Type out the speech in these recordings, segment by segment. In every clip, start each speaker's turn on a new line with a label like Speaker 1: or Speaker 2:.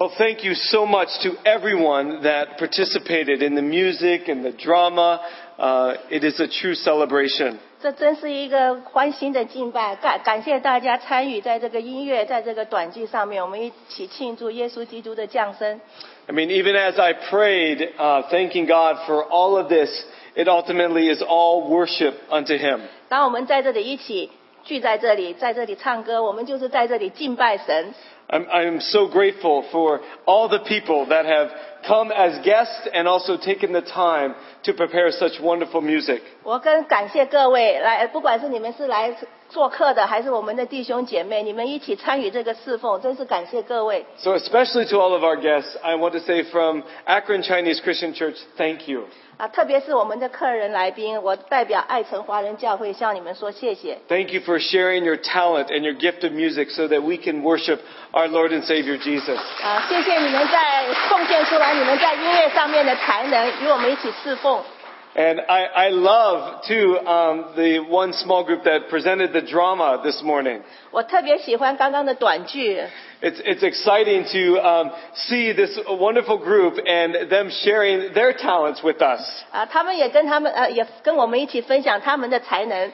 Speaker 1: Well, thank you so much to everyone that participated in the music and the drama. Uh, it is a true celebration.
Speaker 2: 这真是一个欢欣的敬拜，感感谢大家参与在这个音乐，在这个短剧上面，我们一起庆祝耶稣基督的降生。
Speaker 1: I mean, even as I prayed, uh, thanking God for all of this, it ultimately is all worship unto Him.
Speaker 2: 当我们在这里一起聚在这里，在这里唱歌，我们就是在这里敬拜神。
Speaker 1: I'm, I'm so grateful for all the people that have come as guests and also taken the time to prepare such wonderful music.
Speaker 2: 我更感谢各位来，不管是你们是来做客的，还是我们的弟兄姐妹，你们一起参与这个侍奉，真是感谢各位。
Speaker 1: So especially to all of our guests, I want to say from Akron Chinese Christian Church, thank you.
Speaker 2: 啊，特别是我们的客人来宾，我代表爱城华人教会向你们说谢谢。
Speaker 1: Thank you for sharing your talent and your gift of music so that we can worship our Lord and Savior Jesus.
Speaker 2: 啊，谢谢你们在奉献出来你们在音乐上面的才能，与我们一起侍奉。
Speaker 1: And I, I love too um, the one small group that presented the drama this morning.
Speaker 2: 我特别喜欢刚刚的短剧，
Speaker 1: It's, it's exciting to um, see this wonderful group and them sharing their talents with us
Speaker 2: 啊，他们也跟他们呃，也跟我们一起分享他们的才能，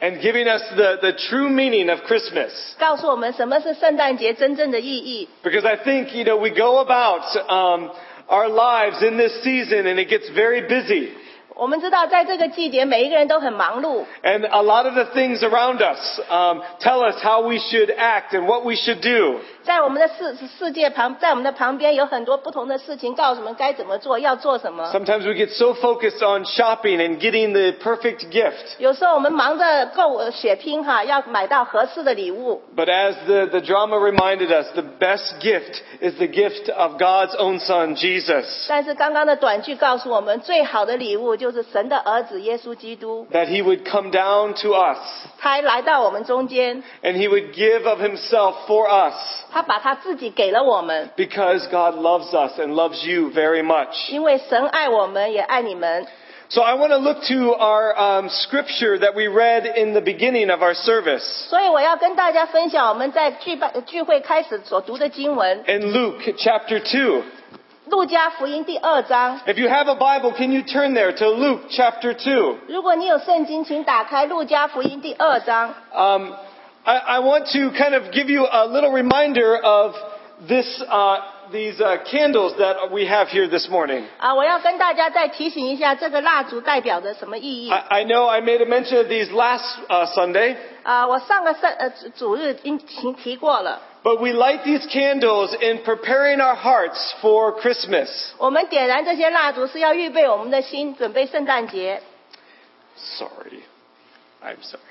Speaker 1: and giving us the, the true meaning of Christmas.
Speaker 2: 告诉我们什么是圣诞节真正的意义。
Speaker 1: Because I think, you know, we go about um, our lives in this season and it gets very busy.
Speaker 2: 我们知道，在这个季节，每一个人都很忙碌，
Speaker 1: And a lot of the things around us um, tell us how we should act and what we should do.
Speaker 2: 在我们的世世界旁，在我们的旁边有很多不同的事情，告诉我们该怎么做，要做什么。
Speaker 1: Sometimes we get so focused on shopping and getting the perfect gift.
Speaker 2: 有时候我们忙着购呃血拼哈，要买到合适的礼物。
Speaker 1: But as the, the drama reminded us, the best gift is the gift of God's own Son, Jesus.
Speaker 2: 但是刚刚的短句告诉我们，最好的礼物就是神的儿子耶稣基督，
Speaker 1: That He would come down to us
Speaker 2: 他来到我们中间，
Speaker 1: and He would give of Himself for us
Speaker 2: 他把他自己给了我们，
Speaker 1: because God loves us and loves you very much.
Speaker 2: 因为神爱我们，也爱你们。
Speaker 1: So I want to look to our um, scripture that we read in the beginning of our service.
Speaker 2: 所以我要跟大家分享我们在聚拜聚会开始所读的经文，《
Speaker 1: in Luke chapter 2.
Speaker 2: 路加福音》第二章。
Speaker 1: If you have a Bible, can you turn there to Luke chapter 2?
Speaker 2: 如果你有圣经，请打开《路加福音》第二章。
Speaker 1: Um, I, I want to kind of give you a little reminder of this, uh, these uh, candles that we have here this morning.
Speaker 2: 啊，我要跟大家再提醒一下，这个蜡烛代表着什么意义？
Speaker 1: I, I know I made a mention of these last uh, Sunday,
Speaker 2: 啊，我上个圣呃主主日已经提过了。
Speaker 1: but we light these candles in preparing our hearts for Christmas.
Speaker 2: 我们点燃这些蜡烛是要预备我们的心，准备圣诞节。
Speaker 1: Sorry. I'm sorry.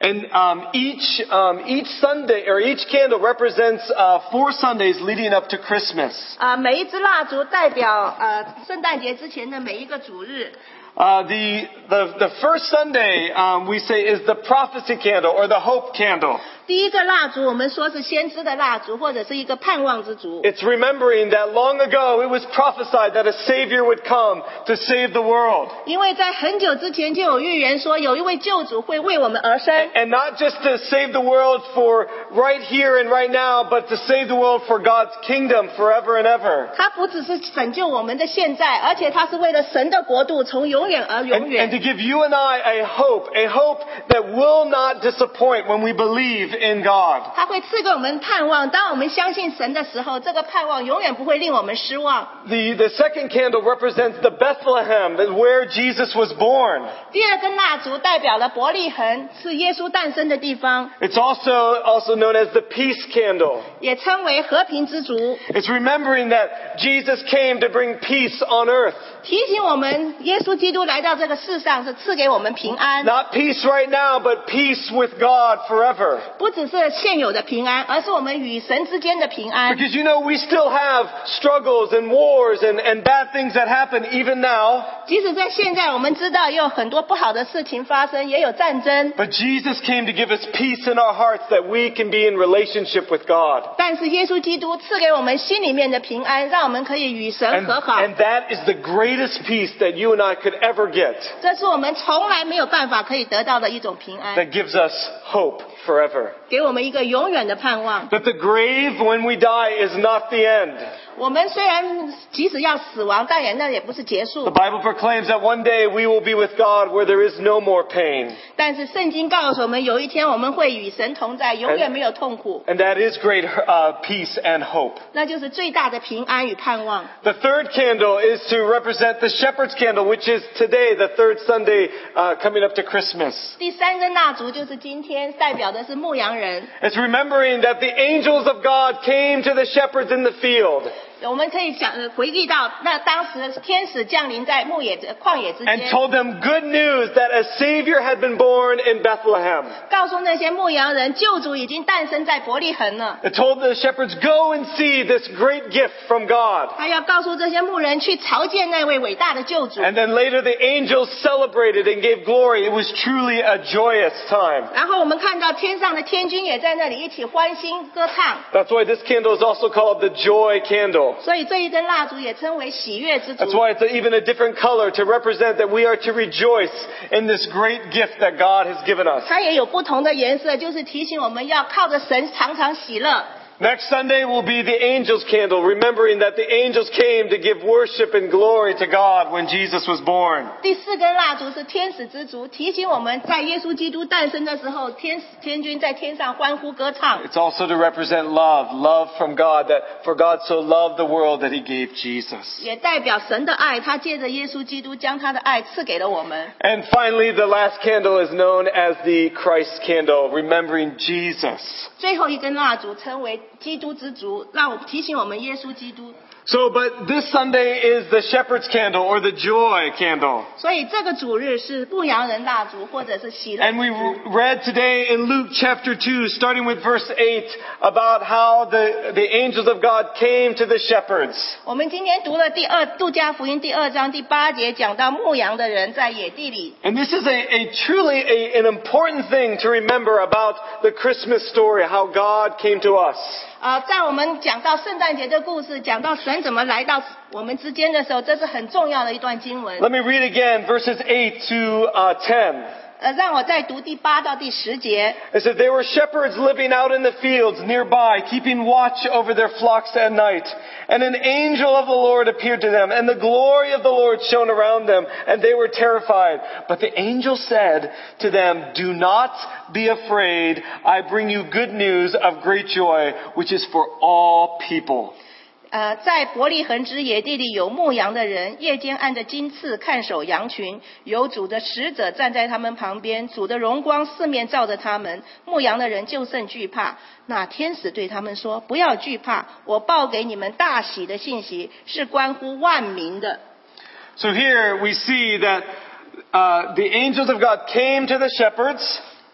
Speaker 1: And um, each, um, each Sunday, or each candle represents uh, four Sundays leading up to Christmas.
Speaker 2: 啊、每一支蜡烛代表呃圣诞节之前的每一个主日。
Speaker 1: Uh, the, the, the first Sunday, um, we say, is the prophecy candle or the hope candle.
Speaker 2: 第一个蜡烛，我们说是先知的蜡烛，或者是一个盼望之烛。
Speaker 1: It's remembering that long ago it was prophesied that a Savior would come to save the world.
Speaker 2: 因为在很久之前就有预言说，有一位救主会为我们而生，
Speaker 1: And not just to save the world for right here and right now, but to save the world for God's kingdom forever and ever.
Speaker 2: 他不只是拯救我们的现在，而且他是为了神的国度从永远而
Speaker 1: And,
Speaker 2: 永
Speaker 1: and
Speaker 2: 远
Speaker 1: to。give you and I a hope, a hope that will not disappoint when we believe in God.
Speaker 2: 他会赐给我们盼望。当我们相信神的时候，这个盼望永远不会令我们失望。
Speaker 1: The, the second candle represents the Bethlehem, where Jesus was born.
Speaker 2: 第二根蜡烛代表了伯利恒，是耶稣诞生的地方，
Speaker 1: It's also, also known as the peace candle.
Speaker 2: 也称为和平之烛，
Speaker 1: It's remembering that Jesus came to bring peace on earth.
Speaker 2: 提醒我们耶稣基督来到这个世上是赐给我们平安，
Speaker 1: Not peace right now, but peace with God forever.
Speaker 2: 不只是现有的平安，而是我们与神之间的平安。
Speaker 1: Because you know, we still have struggles and wars and, and bad things that happen even now.
Speaker 2: 即使在现在，我们知道也有很多不好的事情发生，也有战争，
Speaker 1: But Jesus came to give us peace in our hearts that we can be in relationship with God.
Speaker 2: 但是耶稣基督赐给我们心里面的平安，让我们可以与
Speaker 1: And,
Speaker 2: 神和好。
Speaker 1: and that is the greatest peace that you and I could ever get
Speaker 2: 这是我们从来没有办法可以得到的一种平安，
Speaker 1: that gives us hope forever.
Speaker 2: 给我们一个永远的盼望。
Speaker 1: That the grave when we die is not the end.
Speaker 2: 我们虽然即使要死亡，但也那也不是结
Speaker 1: The
Speaker 2: 束。
Speaker 1: Bible proclaims that one day we will be with God where there is no more pain.
Speaker 2: 但是圣经告诉我们，有一天我们会与神同在，永远没有痛苦，
Speaker 1: And that is great uh, peace and hope.
Speaker 2: 那就是最大的平安与盼望。
Speaker 1: The third candle is to represent the shepherd's candle, which is today, the third Sunday uh, coming up to Christmas.
Speaker 2: 第三根蜡烛就是今天代表的是牧羊人。
Speaker 1: It's remembering that the angels of God came to the shepherds in the field
Speaker 2: 我们可以想呃回忆到那当时天使降临在牧野之旷野之
Speaker 1: and
Speaker 2: 间，
Speaker 1: told them good news that a Savior had been born in Bethlehem.
Speaker 2: 告诉那些牧羊人，救主已经诞生在伯利恒了。
Speaker 1: It told the shepherds, go and see this great gift from God.
Speaker 2: 他要告诉这些牧人去朝见那位伟大的救主。
Speaker 1: And then later the angels celebrated and gave glory. It was truly a joyous time.
Speaker 2: 然后我们看到天上的天君也在那里一起欢欣歌唱，
Speaker 1: That's why this candle is also called the joy candle.
Speaker 2: 所以这一根蜡烛也称为喜悦之
Speaker 1: That's
Speaker 2: 烛。
Speaker 1: why it's even a different color to represent that we are to rejoice in this great gift that God has given us.
Speaker 2: 它也有不同的颜色，就是提醒我们要靠着神常常喜乐。
Speaker 1: Next Sunday will be the angels candle, remembering that the angels came to give worship and glory to God when Jesus was born.
Speaker 2: 第四根蜡烛是天使之烛，提醒我们在耶稣基督诞生的时候，天使天君在天上欢呼歌唱。
Speaker 1: It's also to represent love, love from God, that for God so loved the world that he gave Jesus.
Speaker 2: 也代表神的爱，他借着耶稣基督将他的爱赐给了我们。
Speaker 1: And finally, the last candle is known as the Christ candle, remembering Jesus.
Speaker 2: 最后一根蜡烛称为基督之烛，让我提醒我们耶稣基督。
Speaker 1: So, but this Sunday is the shepherd's candle or the joy candle.
Speaker 2: 所以这个主日是牧羊人蜡烛，或者是喜乐。
Speaker 1: And we read today in Luke chapter 2, starting with verse 8, about how the, the angels of God came to the shepherds.
Speaker 2: 我们今天读了第二《路加福音》第二章第八节，讲到牧羊的人在野地里。
Speaker 1: And this is a, a truly a, an important thing to remember about the Christmas story, how God came to us.
Speaker 2: 呃，在我们讲到圣诞节的故事，讲到神怎么来到我们之间的时候，这是很重要的一段经文。
Speaker 1: Let me read again verses 8 to uh, 10.
Speaker 2: 呃，让我再读第八到第十节。
Speaker 1: It says, There were shepherds living out in the fields nearby, keeping watch over their flocks at night. And an angel of the Lord appeared to them, and the glory of the Lord shone around them, and they were terrified. But the angel said to them, Do not be afraid. I bring you good news of great joy, which is for all people.
Speaker 2: 呃，在伯利恒之野地里有牧羊的人，夜间按着金翅看守羊群，有主的使者站在他们旁边，主的荣光四面照着他们，牧羊的人就甚惧怕。那天使对他们说：“不要惧怕，我报给你们大喜的信息，是关乎万民的。
Speaker 1: So here we see that uh, the angels of God came to the shepherds ”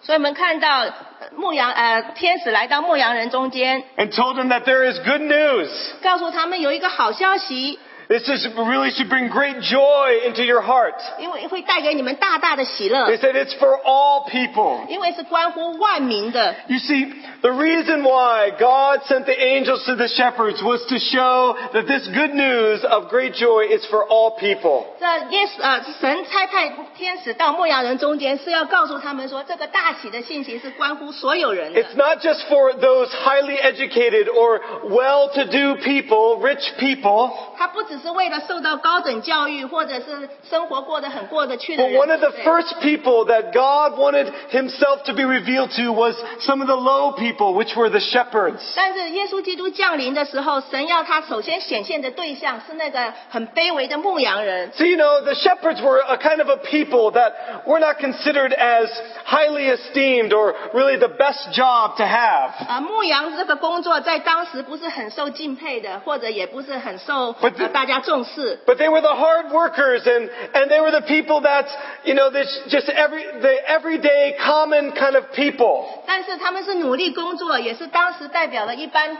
Speaker 2: 所以我们看到呃牧羊呃天使来到牧羊人中间，
Speaker 1: and told them that there is good news.
Speaker 2: 告诉他们有一个好消息，
Speaker 1: This is, really should bring great joy into your heart.
Speaker 2: 因为会带给你们大大的喜乐
Speaker 1: They，said it's for all people.
Speaker 2: 因为是关乎万民的。
Speaker 1: You see, the reason why God sent the angels to the shepherds was to show that this good news of great joy is for all people.
Speaker 2: 这耶稣呃，神差派天使到牧羊人中间，是要告诉他们说，这个大喜的信息是关乎所有人的，
Speaker 1: It's not just for those highly educated or well-to-do people, rich people,
Speaker 2: 他不只是为了受到高等教育或者是生活过得很过得去的
Speaker 1: but
Speaker 2: 人。
Speaker 1: one of the
Speaker 2: 对
Speaker 1: first people that God wanted himself to be revealed to was some of the low people, which were the shepherds.
Speaker 2: 但是耶稣基督降临的时候，神要他首先显现的对象是那个很卑微的牧羊人。
Speaker 1: So you know, the shepherds were a kind of a people that were not considered as highly esteemed or really the best job to have.
Speaker 2: 啊、牧羊这个工作在当时不是很受敬佩的，或者也不是很受、
Speaker 1: 不是
Speaker 2: 呃、大家重视。
Speaker 1: But they were the hard workers and, and they were the people that, you know, this just every, the everyday common kind of people.
Speaker 2: 但是他们是努力工作，也是当时代表了一般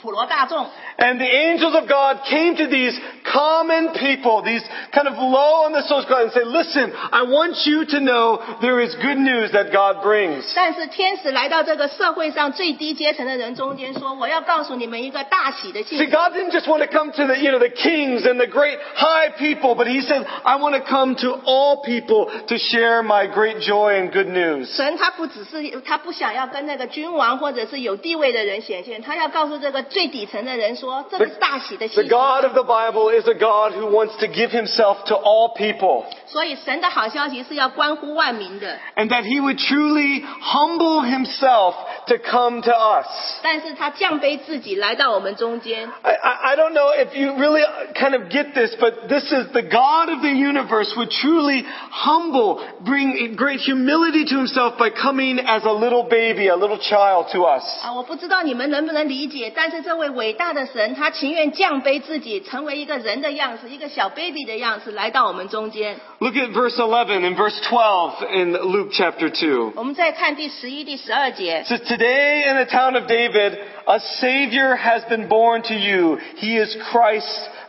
Speaker 2: 普罗大众。
Speaker 1: And the angels of God came to these common people, these kind of low on the social class, and say, listen, I want you to know there is good news that God brings.
Speaker 2: 但是天使来到这个社会上最低阶层的人中间说：“我要告诉你们一个大喜的信
Speaker 1: See,
Speaker 2: 息。
Speaker 1: God didn't just want to come to the, you know, the kings and the great high people, but He said, I want to come to all people to share my great joy and good news.
Speaker 2: 神他不只是他不想要跟那个君王或者是有地位的人显现，他要告诉这个最底层的人说，这个是大喜的信
Speaker 1: The
Speaker 2: 息。
Speaker 1: God of the Bible is a God who wants to give Himself to all people.
Speaker 2: 所以神的好消息是要关乎万民的，
Speaker 1: and that he would truly humble himself to come to us.
Speaker 2: 但是他降卑自己来到我们中间。
Speaker 1: I, I, I don't know if you really kind of get this, but this is the God of the universe would truly humble, bring great humility to himself by coming as a little baby, a little child to us.
Speaker 2: 啊，我不知道你们能不能理解，但是这位伟大的神，他情愿降卑自己，成为一个人的样子，一个小 baby 的样子，来到我们中间。
Speaker 1: Look at verse 11 and verse 12 in Luke chapter 2.
Speaker 2: 我们再看第十一、第十二节
Speaker 1: It，says, Today in the town of David, a Savior has been born to you. He is Christ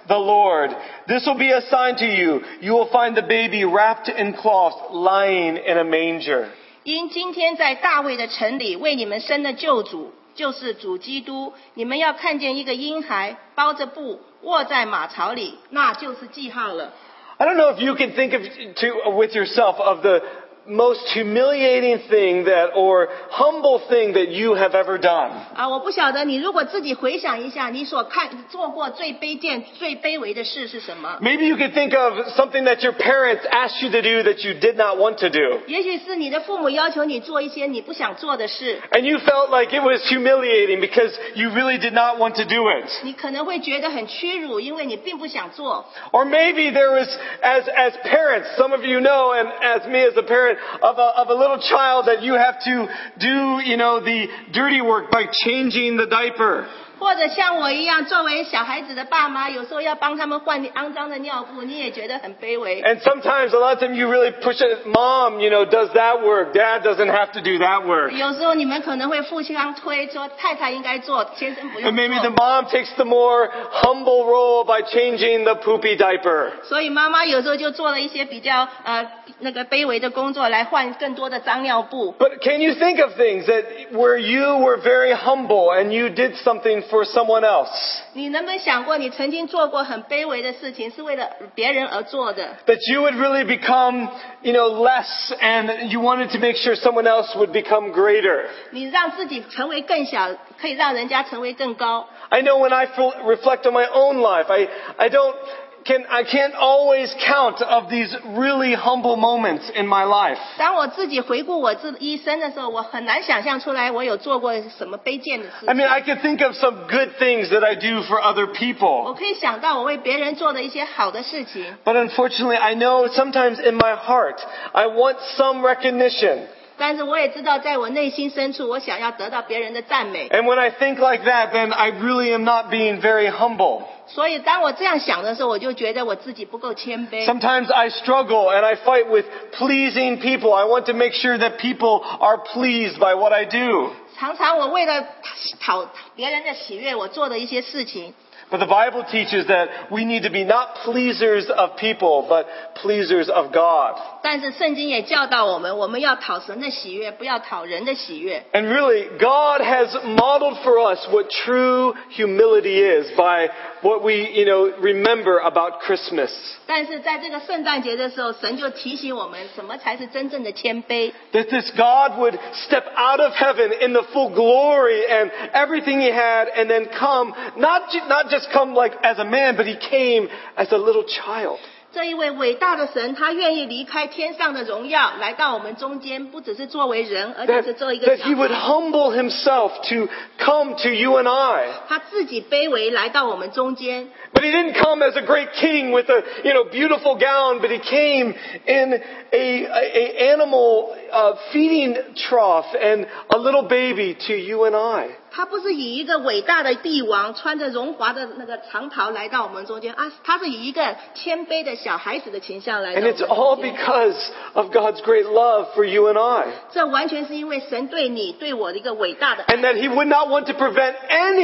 Speaker 1: the Lord. This will be a sign to you. You will find the baby wrapped in cloths, lying in a manger.
Speaker 2: 因今天在大卫的城里为你们生了救主，就是主基督。你们要看见一个婴孩包着布卧在马槽里，那就是记号了。
Speaker 1: I don't know if you can think of to, with yourself of the most humiliating thing that or humble thing that you have ever done.
Speaker 2: 啊，我不晓得你如果自己回想一下，你所看做过最卑贱、最卑微的事是什么？
Speaker 1: Maybe you could think of something that your parents asked you to do that you did not want to do.
Speaker 2: 也许是你的父母要求你做一些你不想做的事，
Speaker 1: And you felt like it was humiliating because you really did not want to do it.
Speaker 2: 你可能会觉得很屈辱，因为你并不想做。
Speaker 1: Or maybe there was, as, as parents, some of you know, and as me as a parent of a, of a little child, that you have to do, you know, the dirty work by changing the diaper.
Speaker 2: 或者像我一样，作为小孩子的爸妈，有时候要帮他们换肮脏的尿布，你也觉得很卑微。
Speaker 1: And sometimes, a lot of time, you really push it. Mom, you know, does that work. Dad doesn't have to do that work.
Speaker 2: 有时候你们可能会互相推，说太太应该做，先生
Speaker 1: And
Speaker 2: 不用
Speaker 1: maybe the
Speaker 2: 做。
Speaker 1: mom takes the more humble role by changing the poopy diaper.
Speaker 2: 所以妈妈有时候就做了一些比较呃那个卑微的工作，来换更多的脏尿布。
Speaker 1: But can you think of things that where you were very humble and you did something for someone else?
Speaker 2: 你能不能想过，你曾经做过很卑微的事情，是为了别人而做的？
Speaker 1: that you would really become, you know, less and you wanted to make sure someone else would become greater.
Speaker 2: 你让自己成为更小，可以让人家成为更高。
Speaker 1: I know when I feel, reflect on my own life, I, I don't, can, I can't always count of these really humble moments in my life.
Speaker 2: 当我自己回顾我自一生的时候，我很难想象出来我有做过什么卑贱的事
Speaker 1: I
Speaker 2: 情。
Speaker 1: mean, I can think of some good things that I do for other
Speaker 2: 我
Speaker 1: people.
Speaker 2: 可以想到我为别人做的一些好的事情，
Speaker 1: But unfortunately, I know sometimes in my heart, I want some recognition.
Speaker 2: 但是我也知道，在我内心深处，我想要得到别人的赞美。
Speaker 1: And when I think like that, then I really am not being very humble.
Speaker 2: 所以，当我这样想的时候，我就觉得我自己不够谦卑。
Speaker 1: Sometimes I struggle and I fight with pleasing people. I want to make sure that people are pleased by what I do.
Speaker 2: 常常我为了讨别人的喜悦，我做的一些事情。
Speaker 1: But the Bible teaches that we need to be not pleasers of people, but pleasers of God.
Speaker 2: 但是圣经也教导我们，我们要讨神的喜悦，不要讨人的喜悦。
Speaker 1: And really, God has modeled for us what true humility is by what we, you know, remember about Christmas.
Speaker 2: 但是在这个圣诞节的时候，神就提醒我们，什么才是真正的谦卑？
Speaker 1: That this God would step out of heaven in the full glory and everything he had and then come, not, ju- not just come like as a man, but he came as a little child.
Speaker 2: 这一位伟大的神，他愿意离开天上的荣耀，来到我们中间，不只是作为人，而且
Speaker 1: That,
Speaker 2: 是做一
Speaker 1: that
Speaker 2: 个小
Speaker 1: he would
Speaker 2: 孩。
Speaker 1: humble himself to come to you and I.
Speaker 2: 他自己卑微来到我们中间，
Speaker 1: But he didn't come as a great king with a, you know, beautiful gown, but he came in a, a, a animal uh, feeding trough and a little baby to you and I.
Speaker 2: 他不是以一个伟大的帝王穿着荣华的那个长袍来到我们中间啊，他是以一个谦卑的小孩子的形象来到
Speaker 1: And
Speaker 2: 我们
Speaker 1: it's all
Speaker 2: 中间。
Speaker 1: because of God's great love for you and I.
Speaker 2: 这完全是因为神对你对我的一个伟大的爱。
Speaker 1: And that He would not want to prevent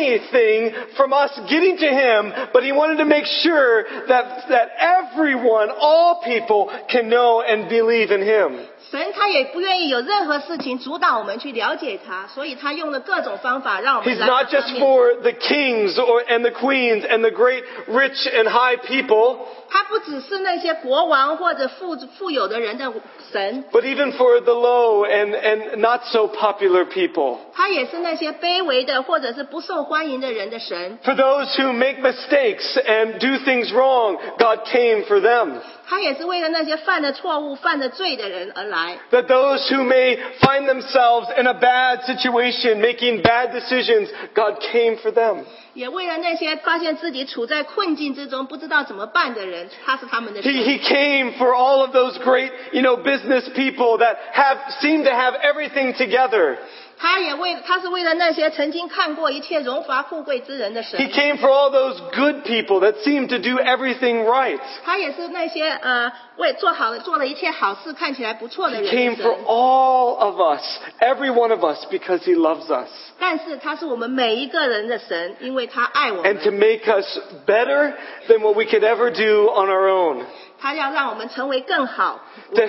Speaker 1: anything from us getting to Him, but He wanted to make sure that, that everyone, all people, can know and believe in Him.
Speaker 2: 神他也不愿意有任何事情阻挡我们去了解他，所以他用了各种方法让我们
Speaker 1: He's
Speaker 2: 来到
Speaker 1: not
Speaker 2: 他
Speaker 1: just
Speaker 2: 面前
Speaker 1: for the kings or, and the queens and the great rich and high people,
Speaker 2: 他不只是那些国王或者富富有的人的神，
Speaker 1: but even for the low and, and not so popular people.
Speaker 2: 他也是那些卑微的或者是不受欢迎的人的神。
Speaker 1: For those who make mistakes and do things wrong, God came for them.
Speaker 2: 他也是为了那些犯了错误、犯了罪的人而来。
Speaker 1: That those who may find themselves in a bad situation, making bad decisions, God came for them.
Speaker 2: 也为了那些发现自己处在困境之中不知道怎么办的人，他是他们的
Speaker 1: He,
Speaker 2: 神。
Speaker 1: he came for all of those great, you know, business people that have, seem to have everything together.
Speaker 2: 他也为他是为了那些曾经看过一切荣华富贵之人的
Speaker 1: He
Speaker 2: 神。
Speaker 1: came for all those good people that seem to do everything right.
Speaker 2: 他也是那些呃为做好做了一切好事看起来不错的
Speaker 1: He
Speaker 2: 人
Speaker 1: came
Speaker 2: 的
Speaker 1: for
Speaker 2: 神。
Speaker 1: all of us, every one of us, because He loves us.
Speaker 2: 但是他是我们每一个人的神，因为他爱我
Speaker 1: And
Speaker 2: 们，
Speaker 1: to make us better than what we could ever do on our own.
Speaker 2: 他要让我们成为更好。
Speaker 1: To,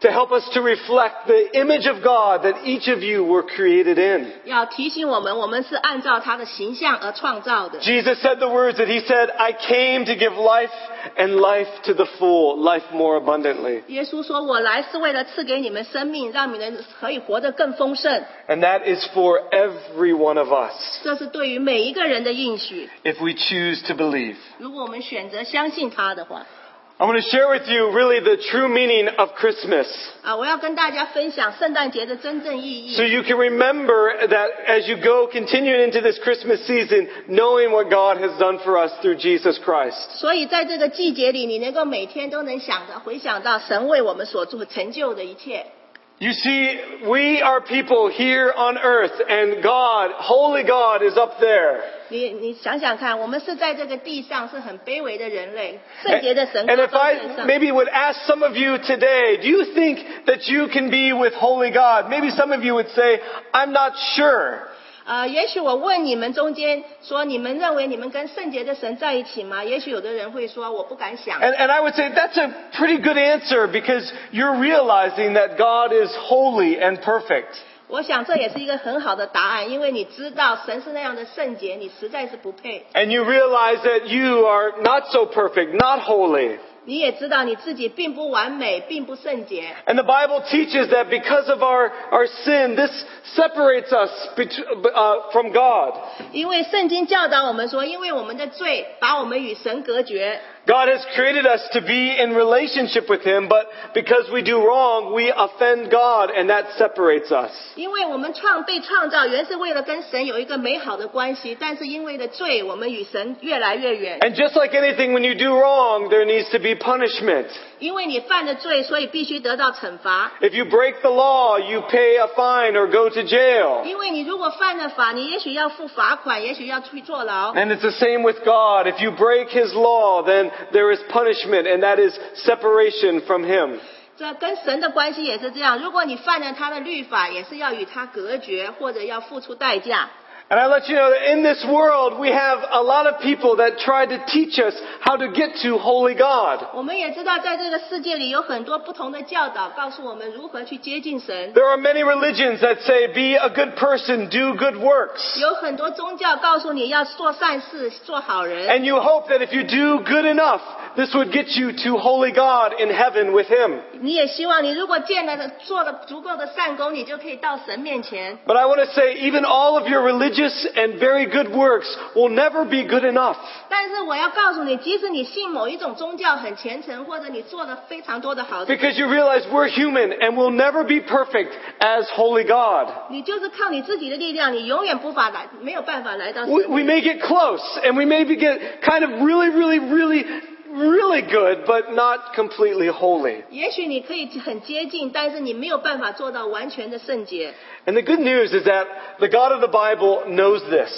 Speaker 1: to help us to reflect the image of God that each of you were created in.
Speaker 2: 要提醒我们，我们是按照他的形象而创造的。
Speaker 1: Jesus said the words that He said, I came to give life and life to the full, life more abundantly.
Speaker 2: 耶稣说：“我来是为了赐给你们生命，让你们可以活得更丰盛。
Speaker 1: And that is for every one of us
Speaker 2: 这是对于每一个人的应许。
Speaker 1: if we choose to believe.
Speaker 2: 如果我们选择相信他的话，
Speaker 1: I'm going to share with you really the true meaning of Christmas
Speaker 2: 啊，我要跟大家分享圣诞节的真正意
Speaker 1: so
Speaker 2: 义。
Speaker 1: you can remember that as you go continuing into this Christmas season, knowing what God has done for us through Jesus Christ.
Speaker 2: 所以在这个季节里，你能够每天都能想着回想到神为我们所做成就的一切。
Speaker 1: You see, we are people here on earth and God, holy God, is up there.
Speaker 2: 你你想想看，我们是在这个地上是很卑微的人类，圣洁的神
Speaker 1: And
Speaker 2: 高
Speaker 1: if
Speaker 2: 高在
Speaker 1: I
Speaker 2: 上。
Speaker 1: maybe would ask some of you today, do you think that you can be with holy God? Maybe some of you would say, I'm not sure.
Speaker 2: 呃，也许我问你们中间说，你们认为你们跟圣洁的神在一起吗？也许有的人会说，我不敢想。
Speaker 1: And, and I would say that's a pretty good answer because you're realizing that God is holy and perfect.
Speaker 2: 我想这也是一个很好的答案，因为你知道神是那样的圣洁，你实在是不配。
Speaker 1: And you realize that you are not so perfect, not holy.
Speaker 2: 你也知道你自己并不完美，并不圣洁。
Speaker 1: And the Bible teaches that because of our, our sin, this separates us bet- uh, from God.
Speaker 2: 因为圣经教导我们说，因为我们的罪把我们与神隔绝。
Speaker 1: God has created us to be in relationship with Him, but because we do wrong, we offend God, and that separates us.
Speaker 2: 因为我们创被创造，原是为了跟神有一个美好的关系，但是因为的罪，我们与神越来越远。
Speaker 1: And just like anything, when you do wrong, there needs to be punishment.
Speaker 2: 因为你犯了罪，所以必须得到惩罚。
Speaker 1: If you break the law, you pay a fine or go to jail.
Speaker 2: 因为你如果犯了法，你也许要付罚款，也许要去坐牢。
Speaker 1: And it's the same with God. If you break His law, then there is punishment, and that is separation from Him.
Speaker 2: 这跟神的关系也是这样。如果你犯了他的律法，也是要与他隔绝，或者要付出代价。
Speaker 1: And I let you know that in this world, we have a lot of people that try to teach us how to get to holy God.
Speaker 2: 我们也知道，在这个世界里有很多不同的教导，告诉我们如何去接近神。
Speaker 1: There are many religions that say, be a good person, do good works.
Speaker 2: 有很多宗教告诉你要做善事、做好人，
Speaker 1: And you hope that if you do good enough, this would get you to holy God in heaven with Him.
Speaker 2: 你也希望你如果建了做了足够的善功，你就可以到神面前。
Speaker 1: But I want to say, even all of your religious and very good works will never be good enough.
Speaker 2: 但是我要告诉你，即使你信某一种宗教很虔诚，或者你做了非常多的好事，
Speaker 1: Because you realize we're human and we'll never be perfect as holy God.
Speaker 2: 你就是靠你自己的力量，你永远无法来，没有办法来到神
Speaker 1: We, we
Speaker 2: 面前。
Speaker 1: may get close and we may be get kind of really, really, really really good, but not completely holy.
Speaker 2: 也许你可以很接近，但是你没有办法做到完全的圣洁。
Speaker 1: And the good news is that the God of the Bible knows this.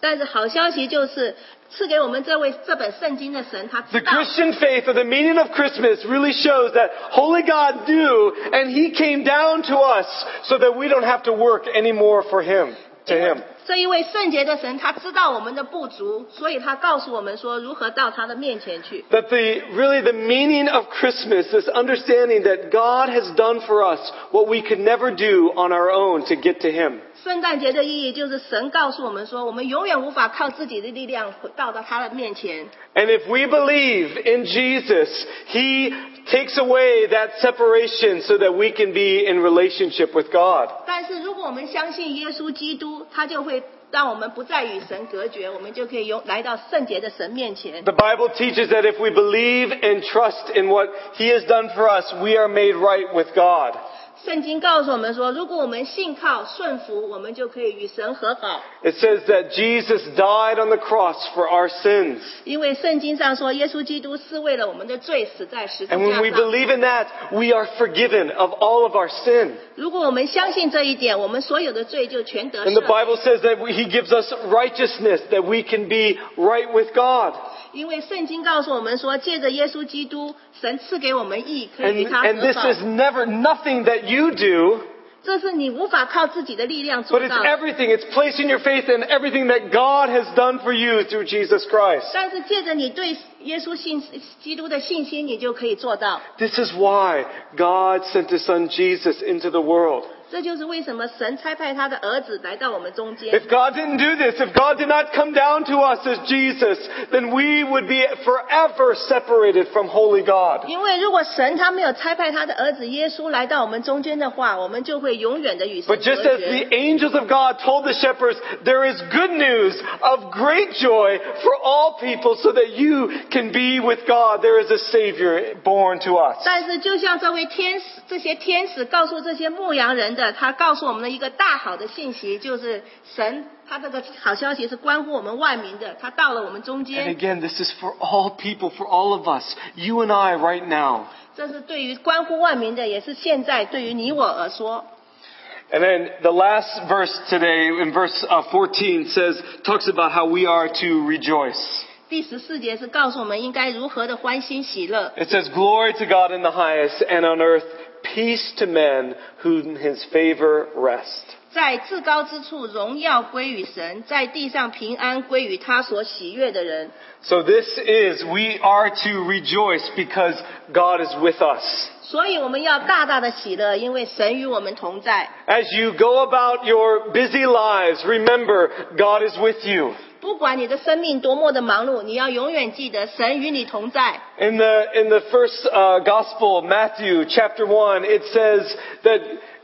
Speaker 2: 但是好消息就是，赐给我们这位这本圣经的神，他
Speaker 1: The
Speaker 2: 知道。
Speaker 1: Christian faith or the meaning of Christmas really shows that Holy God knew and He came down to us so that we don't have to work anymore for Him, to Him.
Speaker 2: 这一位圣洁的神，他知道我们的不足，所以他告诉我们说如何到他的面前去。
Speaker 1: That the, really the meaning of Christmas, this understanding that God has done for us what we could never do on our own to get to Him.
Speaker 2: 圣诞节的意义就是神告诉我们说，我们永远无法靠自己的力量到达他的面前。
Speaker 1: And if we believe in Jesus, He takes away that separation so that we can be in relationship with God.
Speaker 2: 但是如果我们相信耶稣基督，他就会让我们不再与神隔绝，我们就可以有来到圣洁的神面前。
Speaker 1: The Bible teaches that if we believe and trust in what He has done for us, we are made right with God.
Speaker 2: 圣经告诉我们说，如果我们信靠顺服，我们就可以与神和好。
Speaker 1: It says that Jesus died on the cross for our sins.
Speaker 2: 因为圣经上说，耶稣基督是为了我们的罪死在十字
Speaker 1: And when
Speaker 2: 架
Speaker 1: we
Speaker 2: 上。
Speaker 1: believe in that, we are forgiven of all of our sin.
Speaker 2: 如果我们相信这一点，我们所有的罪就全得
Speaker 1: And the
Speaker 2: 赦。
Speaker 1: Bible says that He gives us righteousness, that we can be right with God.
Speaker 2: 因为圣经告诉我们说，借着耶稣基督，神赐给我们义，可
Speaker 1: And,
Speaker 2: 以与他
Speaker 1: and
Speaker 2: 和
Speaker 1: this
Speaker 2: 好
Speaker 1: is。never, nothing that you do,
Speaker 2: 这是你无法靠自己的力量做
Speaker 1: but it's
Speaker 2: 到的。
Speaker 1: everything. It's placing your faith in everything that God has done for you through Jesus Christ.
Speaker 2: 但是借着你对耶稣信基督的信心，你就可以做到。
Speaker 1: This is why God sent His Son Jesus into the world.
Speaker 2: 这就是为什么神差派他的儿子来到我们中间。
Speaker 1: If God didn't do this, if God did not come down to us as Jesus, then we would be forever separated from holy God.
Speaker 2: 因为如果神他没有差派他的儿子耶稣来到我们中间的话，我们就会永远的与神
Speaker 1: But
Speaker 2: 隔
Speaker 1: just as
Speaker 2: 绝
Speaker 1: the。angels of God told the shepherds, there is good news of great joy for all people so that you can be with God. There is a Savior born to us.
Speaker 2: 但是，就像这位天使，这些天使告诉这些牧羊人的，他告诉我们的一个大好的信息，就是神他这个好消息是关乎我们万民的，他到了我们
Speaker 1: And
Speaker 2: 中间，
Speaker 1: again, this is for all people, for all of us, you and I right now.
Speaker 2: 这是对于关乎万民的，也是现在对于你我而说。
Speaker 1: And then the last verse today, in verse uh, 14, says, talks about how we are to rejoice.
Speaker 2: 第十四节是告诉我们应该如何的欢欣喜乐。
Speaker 1: It says, Glory to God in the highest, and on earth peace to men whom his favor rest.
Speaker 2: 在至高之处，荣耀归于神；在地上，平安归于他所喜悦的人。
Speaker 1: So this is, we are to rejoice because God is with us.
Speaker 2: 所以，我们要大大的喜乐，因为神与我们同在。
Speaker 1: As you go about your busy lives, remember God is with you.
Speaker 2: 不管你的生命多么的忙碌，你要永远记得神与你同在。
Speaker 1: In the, in the first uh, gospel, Matthew chapter 1, it says that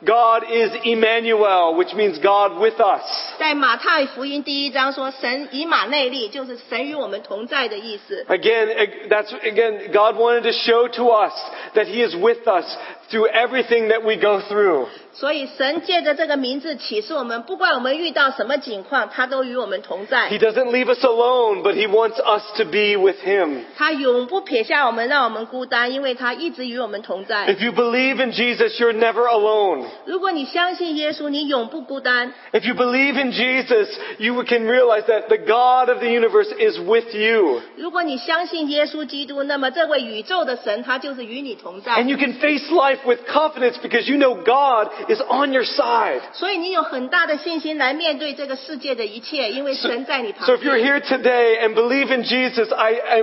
Speaker 1: God is Emmanuel, which means God with us.
Speaker 2: 在马太福音第一章说：“神以马内利，就是神与我们同在的意思。
Speaker 1: Again, ag- that's, again, God wanted to show to us that He is with us through everything that we go through.
Speaker 2: 所以，神借着这个名字启示我们，不管我们遇到什么情况，他都与我们
Speaker 1: He
Speaker 2: 同在。
Speaker 1: doesn't leave us alone, but He wants us to be with Him.
Speaker 2: 他永不撇下我们，让我们孤单，因为他一直与我们同在。
Speaker 1: If you believe in Jesus, you're never alone.
Speaker 2: 如果你相信耶稣，你永不孤单。
Speaker 1: If you believe in Jesus, you can realize that the God of the universe is with you.
Speaker 2: 如果你相信耶稣基督，那么这位宇宙的神，他就是与你同在
Speaker 1: And。you can face life with confidence because you know God is on your side.
Speaker 2: 所以你有很大的信心来面对这个世界的一切，因为神在你
Speaker 1: So
Speaker 2: 旁
Speaker 1: if you're
Speaker 2: 边。
Speaker 1: here today and believe in Jesus, I, I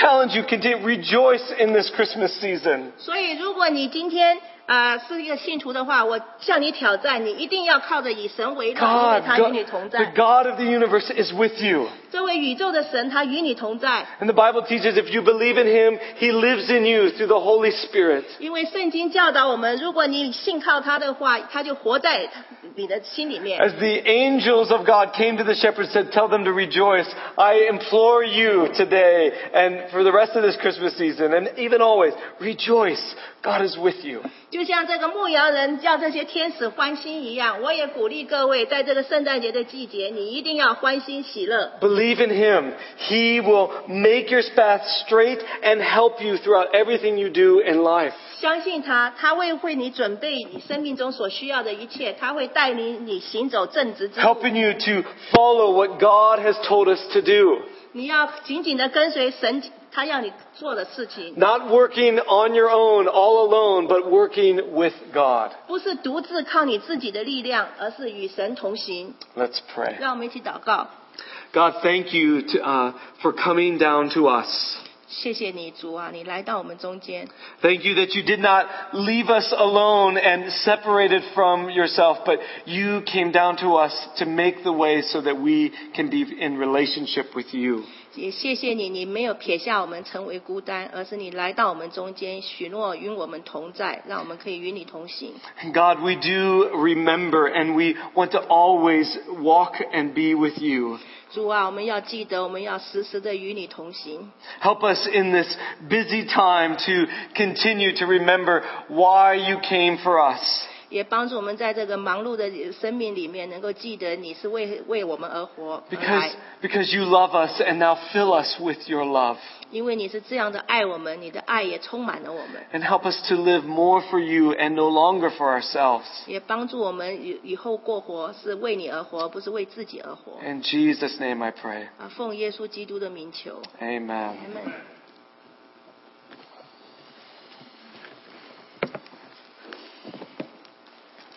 Speaker 1: challenge you, continue, rejoice in this Christmas season.
Speaker 2: 所以如果你今天啊、呃是一个信徒的话，我向你挑战，你一定要靠着以神为乐，因为
Speaker 1: God,
Speaker 2: 他
Speaker 1: God-
Speaker 2: 与你同
Speaker 1: the
Speaker 2: 在。
Speaker 1: God of the universe is with you.
Speaker 2: 这位宇宙的神，他与你同在。
Speaker 1: And the Bible teaches if you believe in Him, He lives in you through the Holy Spirit.
Speaker 2: 因为圣经教导我们，如果你信靠他的话，他就活在你的心里面。
Speaker 1: As the angels of God came to the shepherds and said, tell them to rejoice, I implore you today and for the rest of this Christmas season and even always, rejoice. God is with you.
Speaker 2: 就像这个牧羊人叫这些天使欢心一样，我也鼓励各位，在这个圣诞节的季节，你一定要欢欣喜乐。
Speaker 1: Believe in Him. He will make your path straight and help you throughout everything you do in life.
Speaker 2: 相信他，他会为你准备你生命中所需要的一切，他会带领你行走正直之路。
Speaker 1: Helping you to follow what God has told us to do.
Speaker 2: 你要紧紧的跟随神，他要你做的事情，
Speaker 1: Not working on your own, all alone, but working with God.
Speaker 2: 不是独自靠你自己的力量，而是与神同行。
Speaker 1: Let's pray.
Speaker 2: 让我们一起祷告，
Speaker 1: God, thank you to, uh, for coming down to us.
Speaker 2: 谢谢你主啊，你来到我们中间，
Speaker 1: Thank you that you did not leave us alone and separated from yourself, but you came down to us to make the way so that we can be in relationship with you.
Speaker 2: 也谢谢你，你没有撇下我们成为孤单，而是你来到我们中间，许诺与我们同在，让我们可以与你同行。
Speaker 1: And God, we do remember and we want to always walk and be with you.
Speaker 2: 主啊，我们要记得，我们要时时的与你同行。
Speaker 1: Help us in this busy time to continue to remember why you came for us.
Speaker 2: 也帮助我们在这个忙碌的生命里面，能够记得你是为为我们而活而
Speaker 1: Because,
Speaker 2: 来，
Speaker 1: because you love us and now fill us with your love.
Speaker 2: 因为你是这样的爱我们，你的爱也充满了我们，
Speaker 1: And help us to live more for you and no longer for ourselves.
Speaker 2: 也帮助我们以以后过活是为你而活，不是为自己而活。
Speaker 1: In Jesus' name I pray.
Speaker 2: 啊，奉耶稣基督的名求，
Speaker 1: Amen.
Speaker 2: 阿门。